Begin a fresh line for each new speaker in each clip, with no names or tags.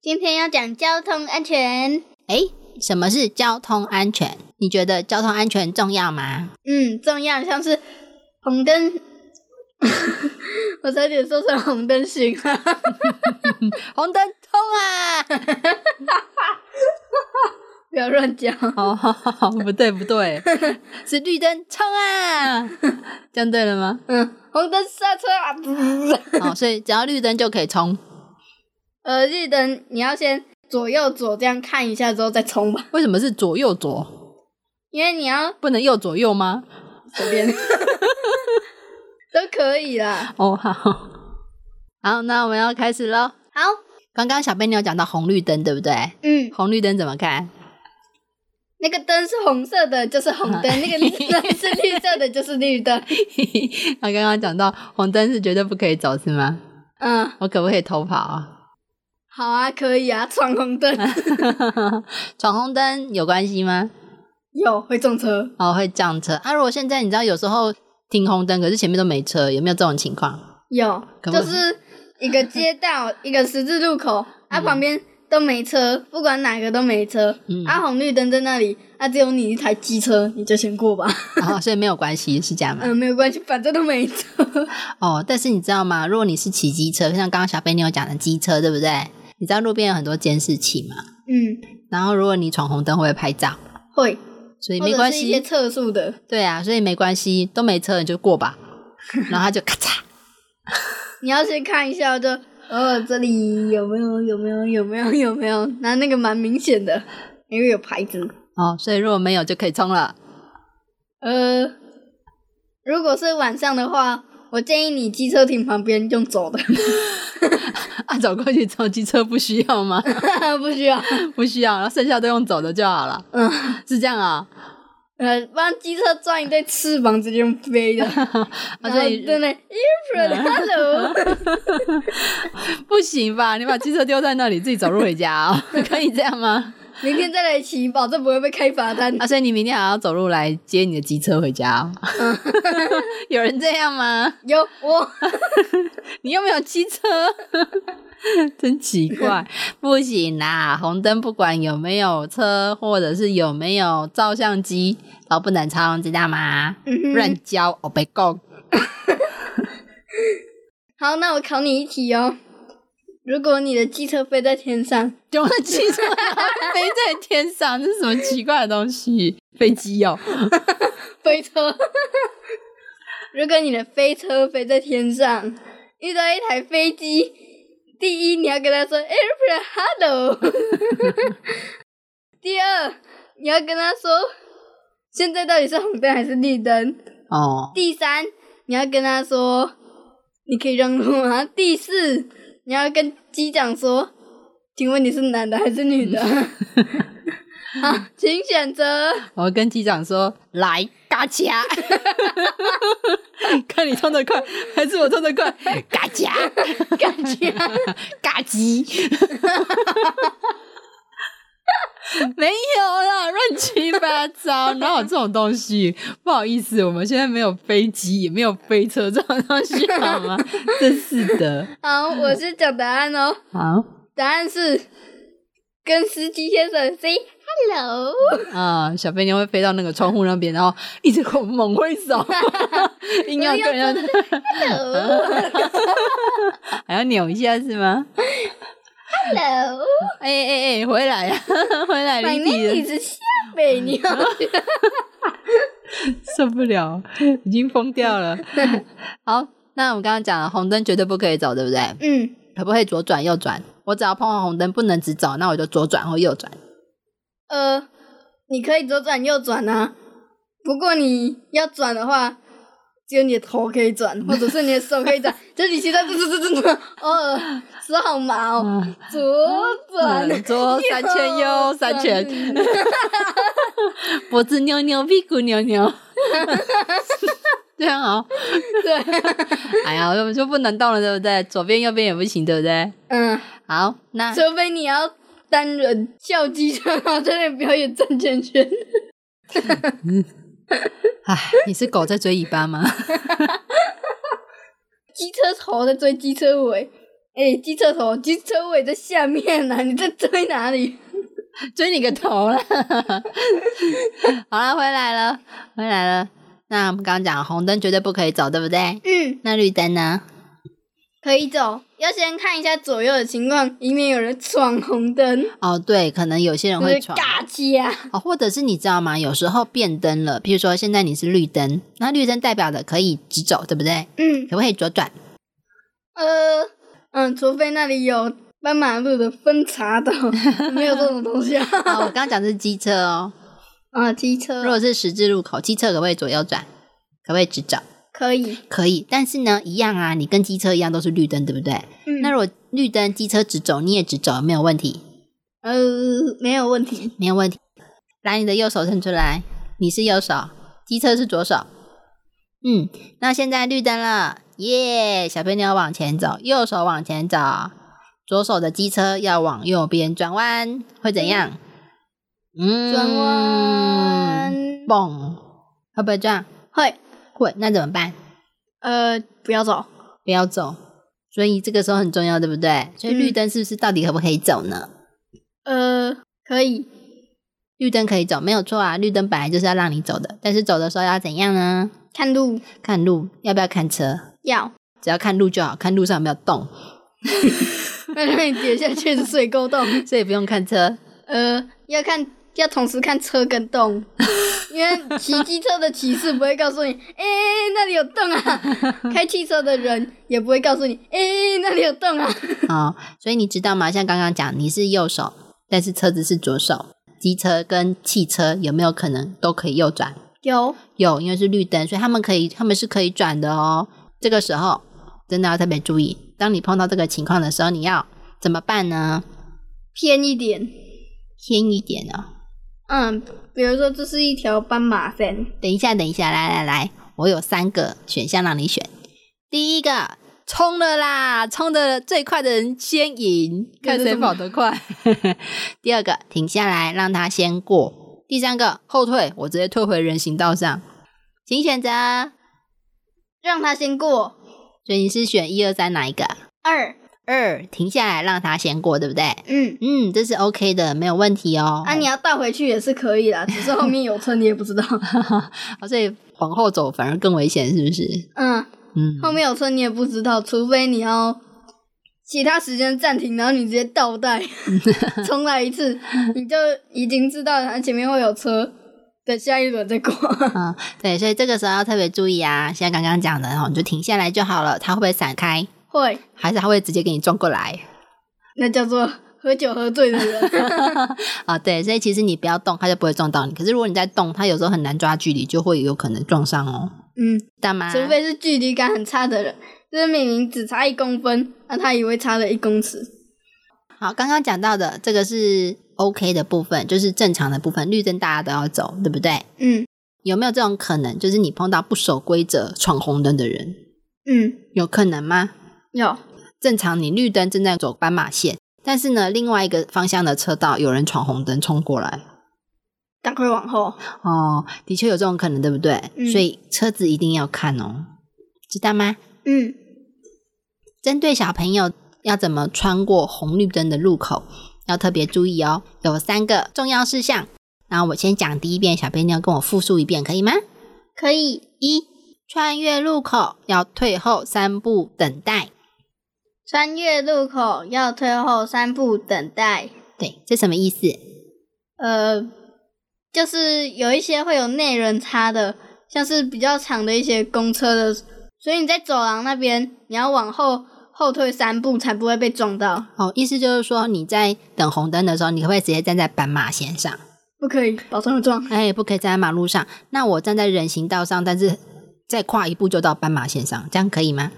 今天要讲交通安全。
诶，什么是交通安全？你觉得交通安全重要吗？
嗯，重要像是红灯， 我差点说成红灯行啊。
红灯冲啊！
不要乱讲。
哦，不对不对， 是绿灯冲啊！这样对了 吗？
嗯，红灯刹车啊！
哦，所以只要绿灯就可以冲。
呃，绿灯你要先左右左这样看一下之后再冲吧，
为什么是左右左？
因为你要
不能右左右吗？
随便 都可以啦。
哦，好，好，那我们要开始喽。
好，
刚刚小贝你有讲到红绿灯，对不对？
嗯，
红绿灯怎么看？
那个灯是红色的，就是红灯；那
啊
个绿灯是绿色的，就是绿灯。
他刚刚讲到红灯是绝对不可以走，是吗？
嗯，
我可不可以偷跑啊？
好啊，可以啊，闯红灯
闯红灯有关系吗？
有会撞车，
哦，会撞车啊！如果现在你知道有时候停红灯，可是前面都没车，有没有这种情况？
有
可不可
就
以
是一个街道，一个十字路口，啊旁边都没车，不管哪个都没车，
嗯
啊红绿灯在那里，啊只有你一台机车，你就先过吧。
哦，所以没有关系，是这样吗？
嗯，没有关系，反正都没车。
哦，但是你知道吗？如果你是骑机车，像刚刚小贝你有讲的机车，对不对？你知道路边有很多监视器吗？
嗯，
然后如果你闯红灯，会不会拍照？
会，
所以
或
没
者
关
是一些
系，
测速的，
对啊，所以没关系，都没车你就过 吧。然后他就咔嚓，
你要先看一下就，哦这里有没有有没有有没有有没有，然后那个蛮明显的，因为有牌子。
哦，所以如果没有就可以冲了。
呃，如果是晚上的话，我建议你机车停旁边用走的，
啊，走过去之后，机车不需要吗？
不需要。
不需要，然后剩下都用走的就好了，
嗯，
是这样 啊、
呃，不然机车撞一对翅膀直接用飞的，
啊，
然后
所
真
以
的 April Hello，
不行吧？你把机车丢在那里，自己走路回家、 哦，可以这样吗？
明天再来骑，保证不会被开罚单。
啊，所以你明天还要走路来接你的机车回家、哦？
嗯
有人这样吗？
有我，
你又没有机车， 真奇怪。不行啦，红灯不管有没有车，或者是有没有照相机，都不能冲，知道吗？
嗯哼
乱交我被告。
好，那我考你一题哦。如果你的机车飞在天上，
丢了机出 来，然后飞在天上，这是什么奇怪的东西？飞机哦，
飞车；如果你的飞车飞在天上，遇到一台飞机，第一你要跟他说 “airplane hello”，第二你要跟他说现在到底是红灯还是绿灯，
哦，
第三你要跟他说你可以让路吗？第四你要跟机长说，请问你是男的还是女的？好，请选择。
我跟机长说来嘎掐， 看你冲得快还是我冲得快，嘎掐
感觉
嘎叽， 没有啦，乱七八糟，哪有这种东西？不好意思，我们现在没有飞机，也没有飞车这种东西，好吗？ 真是的，
好，我是讲答案哦，
好。
答案是跟司机先生 say hello。
啊、小飞妞会飞到那个窗户那边，然后一直跟我们猛挥 手，硬要跟人家
hello
还要扭一下是吗？
hello，
哎哎哎，回来呀、 回来
反
离
正
题
你
了，
是下北你要
受不了，已经疯掉了。 好，那我们刚刚讲了，红灯绝对不可以走，对不对？
嗯，
可不可以左转右转？我只要碰到红灯，不能直走，那我就左转或右转。
呃，你可以左转右转啊，不过你要转的话，只有你的头可以转，或者是你的手可以 转，就你现在这这这这，哦，手好麻哦，左转，
啊嗯左三圈，右三圈，脖子扭扭，屁股扭 扭，这样哦。
对，
哎呀，我们就不能动了，对不对？左边右边也不行，对不对？
嗯，
好，那
除非你要单人跳机车，然后在那里表演转圈圈，
哎，你是狗在追尾巴吗？
机车头在追机车尾，哎，机车头，机车尾在下面呢、你在追哪里？
追你个头了！ 好了，回来了，回来了。那我们刚刚讲红灯绝对不可以走，对不对？
嗯。
那绿灯呢？
可以走，要先看一下左右的情况，以免有人闯红灯，
哦，对，可能有些人
就
会
是
闯
尬啊掐。
哦，或者是你知道吗？有时候变灯了，譬如说现在你是绿灯，那绿灯代表的可以直走，对不对？
嗯，
可不可以左转？
呃，嗯，除非那里有斑马路的分岔 道，没有这种东 西啊。
哦，我刚刚讲的是机车哦。
啊，机
如
车
果是十字路口，机车可不可以左右转？可不可以直走？
可以，
可以，但是呢，一样啊，你跟机车一样都是绿灯，对不对？
嗯，
那如果绿灯，机车直走，你也直走，没有问题。
呃没有问题。
没有问题。来，你的右手伸出来，你是右手，机车是左手。嗯，那现在绿灯了，耶！小朋友往前走，右手往前走，左手的机车要往右边转弯，会怎样？嗯，
转弯、
蹦，会不会撞？
会，
会，那怎么办？
呃，不要走，
不要走。所以这个时候很重要，对不对？所以绿灯是不是到底可不可以走呢？
嗯呃，可以，
绿灯可以走，没有错啊。绿灯本来就是要让你走的，但是走的时候要怎样呢？
看路
看路，要不要看车？
要，
只要看路就好，看路上有没有洞，
那让你跌下去的水沟洞。
所以不用看车。
呃，要看要同时看车跟洞，因为骑机车的骑士不会告诉你，哎、那里有洞啊；开汽车的人也不会告诉你，哎、那里有洞啊。
哦，所以你知道吗？像刚刚讲，你是右手，但是车子是左手，机车跟汽车有没有可能都可以右转？
有，
有，因为是绿灯，所以他们可以，他们是可以转的哦。这个时候真的要特别注意，当你碰到这个情况的时候，你要怎么办呢？
偏一点，
偏一点哦。
嗯，比如说这是一条斑马线，
等一下，等一下，来来来，我有三个选项让你选。第一个，冲了啦，冲的最快的人先赢，看谁跑得快。 第二个，停下来，让他先过。第三个，后退，我直接退回人行道上。请选择，
让他先过。
所以你是选一二三哪一个？
二，
二，停下来让他先过，对不对？
嗯，
嗯，这是 OK 的，没有问题哦。
啊，你要倒回去也是可以啦，只是后面有车你也不知道。
哦，所以往后走反而更危险，是不是？
嗯，
嗯，
后面有车你也不知道，除非你要其他时间暂停，然后你直接倒带重来一次，你就已经知道它前面会有车，等下一轮再过。
嗯，对，所以这个时候要特别注意啊！像刚刚讲的哦，你就停下来就好了。它会不会闪开，
会，
还是它会直接给你撞过来？
那叫做喝酒喝醉的人。
啊、对，所以其实你不要动，它就不会撞到你。可是如果你在动，它有时候很难抓距离，就会有可能撞上哦，
嗯，
知道吗？
除非是距离感很差的人，就是明明只差一公分，那、他以为差了一公尺。
好，刚刚讲到的这个是 OK 的部分，就是正常的部分，绿灯大家都要走，对不对？
嗯
有没有这种可能，就是你碰到不守规则闯红灯的人，
嗯，
有可能吗？
有，
正常你绿灯正在走斑马线，但是呢，另外一个方向的车道有人闯红灯冲过来，
赶快往后。
哦，的确有这种可能，对不对？
嗯
所以车子一定要看哦，知道吗？
嗯，
针对小朋友要怎么穿过红绿灯的路口，要特别注意哦。有三个重要事项，然后我先讲第一遍，小朋友跟我复述一遍，可以吗？
可以。
一、穿越路口要退后三步等待。
穿越路口要退后三步等待。
对，这什么意思？
呃，就是有一些会有内人插的，像是比较长的一些公车的，所以你在走廊那边，你要往后后退三步才不会被撞到，
哦，意思就是说你在等红灯的时候，你可不可以直接站在斑马线上？
不可以，保证会撞。
哎，不可以站在马路上。那我站在人行道上，但是再跨一步就到斑马线上，这样可以吗？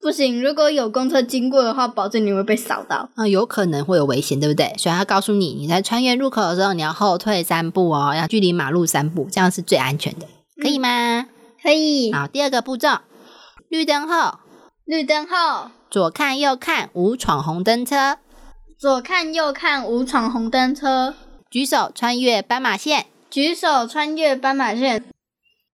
不行，如果有公车经过的话，保证你会被扫到。
啊、有可能会有危险，对不对？所以他告诉你，你在穿越入口的时候，你要后退三步哦，要距离马路三步，这样是最安全的，可以吗？
可以，
好，第二个步骤，绿灯后
绿灯后
左看右看，无闯红灯车，
左看右看，无闯红灯车，
举手穿越斑马线。
举手穿越斑马线。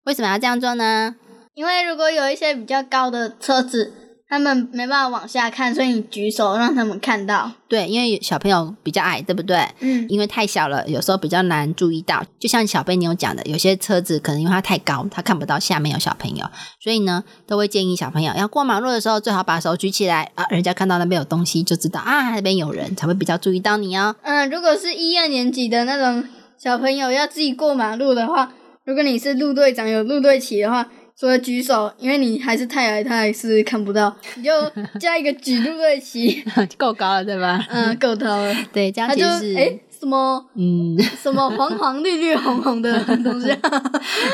为什么要这样做呢？
因为如果有一些比较高的车子，他们没办法往下看，所以你举手让他们看到。
对，因为小朋友比较矮，对不对？
嗯，
因为太小了，有时候比较难注意到。就像小贝妞讲的，有些车子可能因为它太高，它看不到下面有小朋友，所以呢，都会建议小朋友要过马路的时候，最好把手举起来啊，人家看到那边有东西就知道啊，那边有人，才会比较注意到你哦。
嗯，如果是一二年级的那种小朋友要自己过马路的话，如果你是路队长有路队旗的话，除了举手，因为你还是太矮，他还是看不到，你就加一个举路队旗，
够高了，对吧？哎
嗯，够高了。
对，这样
他
其
就
实是
诶什么
嗯，
什么黄黄绿绿红红的东西、啊，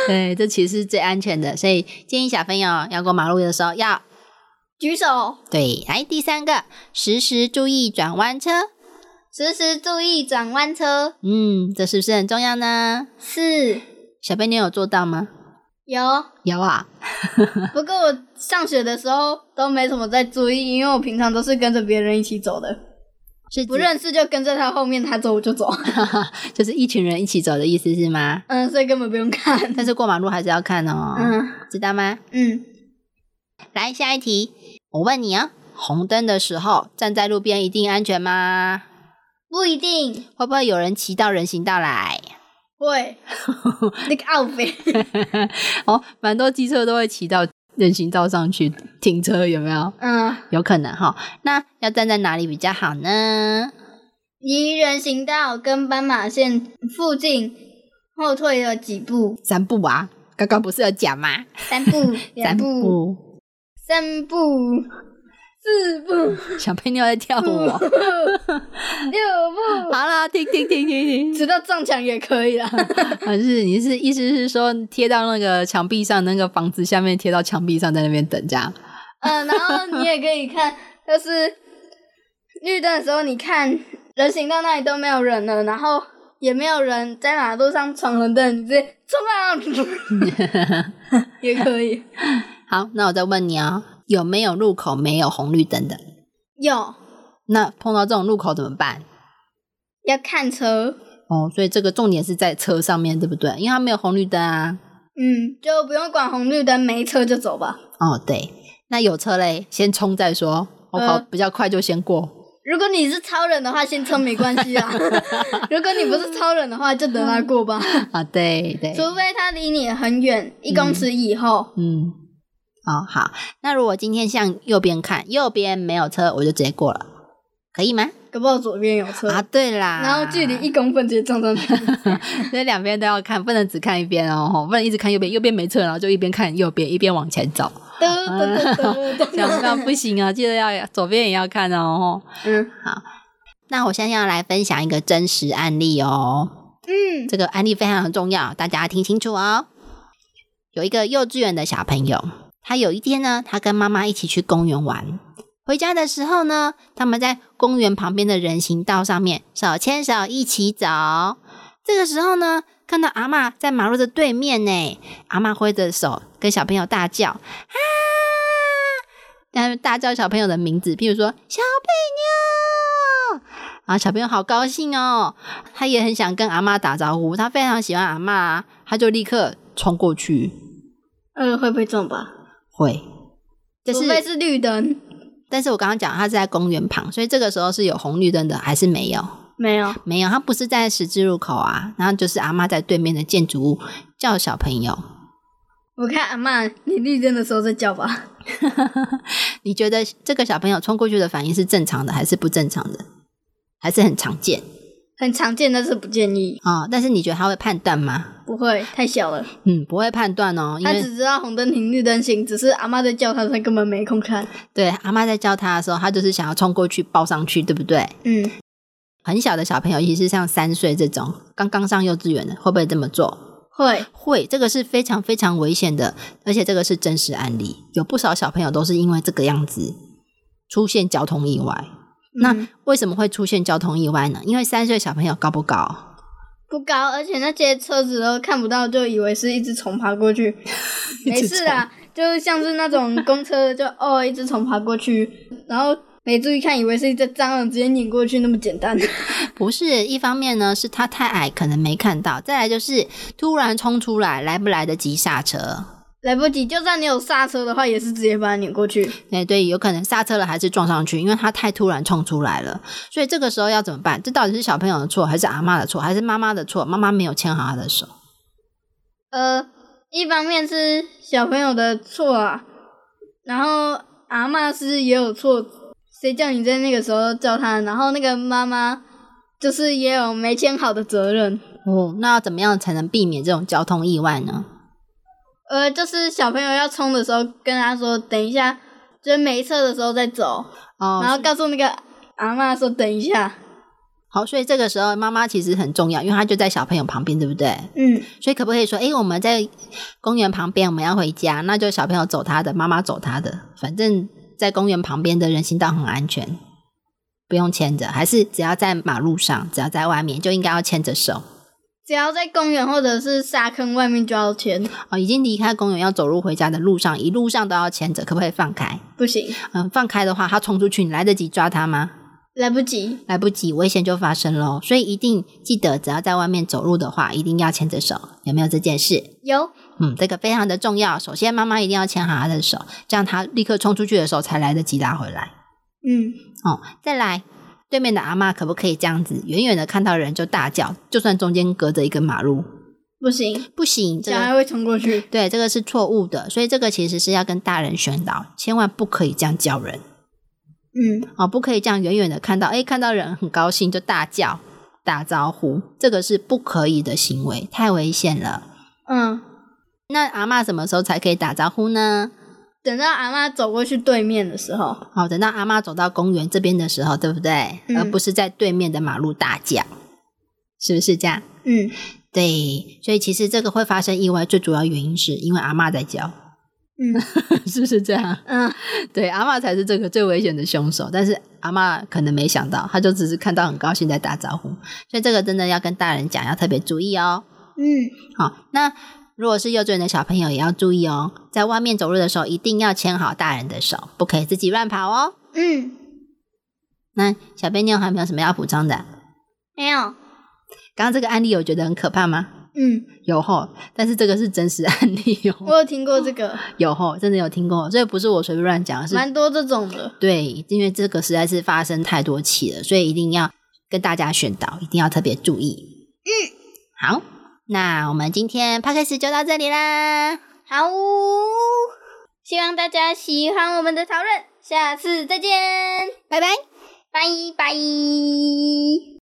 对，这其实是最安全的，所以建议小朋友要过马路的时候要
举手，
对。来，第三个，时时注意转弯车，
时时注意转弯车。
嗯，这是不是很重要呢？
是
小贝妞有做到吗？
有，
有啊，
不过我上学的时候都没什么在注意，因为我平常都是跟着别人一起走的，
是
不
指
认识就跟着他后面，他走我就走，
就是一群人一起走的意思是吗？
嗯，所以根本不用看，
但是过马路还是要看哦，
嗯
知道吗？
嗯，
来下一题，我问你啊，红灯的时候站在路边一定安全吗？
不一定
会不会有人骑到人行道来？
会， 那个奥飞，
哦，蛮多机车都会骑到人行道上去停车，有没有？
嗯，
有可能哈。那要站在哪里比较好呢？
离人行道跟斑马线附近后退了几步，
三步啊，刚刚不是有讲吗？
三 步，两
三
步，
步，
三步，四步，
小佩妞在跳舞哦。
六步，
好了，停停停停停。
直到撞墙也可以 啦。
啊，是你是意思是说贴到那个墙壁上，那个房子下面贴到墙壁上，在那边等这样？
嗯，然后你也可以看，就是绿灯的时候，你看人行道那里都没有人了，然后也没有人在马路上闯红灯，你直接冲啊！ 也可以，
好，那我再问你哦，有没有路口没有红绿灯的？
有
那碰到这种路口怎么办？
要看车，
哦，所以这个重点是在车上面对不对？因为它没有红绿灯啊。
嗯，就不用管红绿灯，没车就走吧。
哦，对，那有车嘞，先冲再说，我跑
嗯
比较快就先过。
如果你是超人的话，先冲没关系 啦。 如果你不是超人的话，就等他过吧，
啊，对对，
除非他离你很远，一公尺以后。
嗯，哦好，那如果今天向右边看，右边没有车，我就直接过了，可以吗？
搞不好左边有车，
啊，对啦，
然后距离一公分直接撞上 去。
所以两边都要看，不能只看一边哦，吼不能一直看右边，右边没车，然后就一边看右边，一边往前 走，
嘟嘟嘟嘟
这样这样不行啊，记得要左边也要看哦。吼
嗯
那我现在要来分享一个真实案例哦，
嗯
这个案例非常重要，大家听清楚哦。有一个幼稚园的小朋友，他有一天呢，他跟妈妈一起去公园玩，回家的时候呢，他们在公园旁边的人行道上面手牵手一起走。这个时候呢，看到阿嬷在马路的对面呢，阿嬷挥着手跟小朋友大叫啊，但是大叫小朋友的名字，譬如说小贝妞。然后小朋友好高兴哦，他也很想跟阿嬷打招呼，他非常喜欢阿嬷啊，他就立刻冲过去，
呃，会不会撞吧？
会，就
除
是
非是绿灯，
但是我刚刚讲它是在公园旁，所以这个时候是有红绿灯的，还是没有？
没有。
没有，它不是在十字路口啊，然后就是阿妈在对面的建筑物叫小朋友。
我看阿妈，你绿灯的时候再叫吧。
你觉得这个小朋友冲过去的反应是正常的，还是不正常的？还是很常见
很常见，但是不建议，
啊、哦但是你觉得他会判断吗？
不会太小了。
嗯，不会判断哦，因
他
为
只知道红灯停，绿灯行，只是阿妈在叫他，他根本没空看。
对阿妈在教他的时候，他就是想要冲过去抱上去，对不对？
嗯，
很小的小朋友，尤其是像三岁这种刚刚上幼稚园的，会不会这么做？
会
会，这个是非常非常危险的，而且这个是真实案例，有不少小朋友都是因为这个样子出现交通意外。那
嗯
为什么会出现交通意外呢？因为三岁小朋友高不高？
不高，而且那些车子都看不到，就以为是一只虫爬过去。 没事啊，就像是那种公车，就哦一只虫爬过去，然后没注意看，以为是一只蟑螂，直接碾过去那么简单。
不是，一方面呢是他太矮，可能没看到；再来就是突然冲出来，来不来得及刹车？
来不及，就算你有刹车的话，也是直接把它碾过去。
哎，对，有可能刹车了还是撞上去，因为他太突然冲出来了。所以这个时候要怎么办？这到底是小朋友的错，还是阿妈的错，还是妈妈的错？妈妈没有牵好他的手。
呃，一方面是小朋友的错啊，然后阿嬷是也有错，谁叫你在那个时候叫他？然后那个妈妈就是也有没牵好的责任。
哦，那要怎么样才能避免这种交通意外呢？
呃，就是小朋友要冲的时候，跟他说等一下，就是没车的时候再走，然
哦，
后告诉那个阿嬷说等一下。
好，所以这个时候妈妈其实很重要，因为她就在小朋友旁边，对不对？
嗯，
所以可不可以说，诶，哎我们在公园旁边，我们要回家，那就小朋友走他的，妈妈走他的，反正在公园旁边的人行道很安全，不用牵着，还是只要在马路上，只要在外面就应该要牵着手。
只要在公园或者是沙坑外面就要牵，
哦，已经离开公园要走路回家的路上，一路上都要牵着，可不可以放开？
不行，
嗯，放开的话，他冲出去，你来得及抓他吗？
来不及。
来不及，危险就发生喽。所以一定记得，只要在外面走路的话，一定要牵着手，有没有这件事？
有，
嗯，这个非常的重要。首先，妈妈一定要牵好他的手，这样他立刻冲出去的时候才来得及拉回来。
嗯，
哦，再来，对面的阿嬷可不可以这样子，远远的看到人就大叫，就算中间隔着一个马路，
不行，
不行，这
小
个
孩会冲过去。
对，这个是错误的。所以这个其实是要跟大人宣导，千万不可以这样叫人
嗯。
哦，不可以这样远远的看到，诶，看到人很高兴就大叫打招呼，这个是不可以的行为，太危险了。
嗯，
那阿嬷什么时候才可以打招呼呢？
等到阿妈走过去对面的时候，
好，等到阿妈走到公园这边的时候，对不对？
嗯
而不是在对面的马路大叫，是不是这样？
嗯，
对，所以其实这个会发生意外，最主要原因是因为阿妈在叫，
嗯
是不是这样？
嗯，
对，阿妈才是这个最危险的凶手，但是阿妈可能没想到，她就只是看到很高兴在打招呼，所以这个真的要跟大人讲，要特别注意哦。
嗯，
好，那如果是幼稚园的小朋友也要注意哦，在外面走路的时候一定要牵好大人的手，不可以自己乱跑哦。
嗯，
那小贝妞还有没有什么要补充的？
没有，
刚刚这个案例有觉得很可怕吗？
嗯，
有吼，但是这个是真实案例哦，
我有听过这个，
有吼，真的有听过，所以不是我随便乱讲，是
蛮多这种的。
对，因为这个实在是发生太多起了，所以一定要跟大家宣导，一定要特别注意。嗯，好，那我们今天 p o d c a s 就到这里啦，
好哦，希望大家喜欢我们的讨论，下次再见，
拜拜。
拜拜。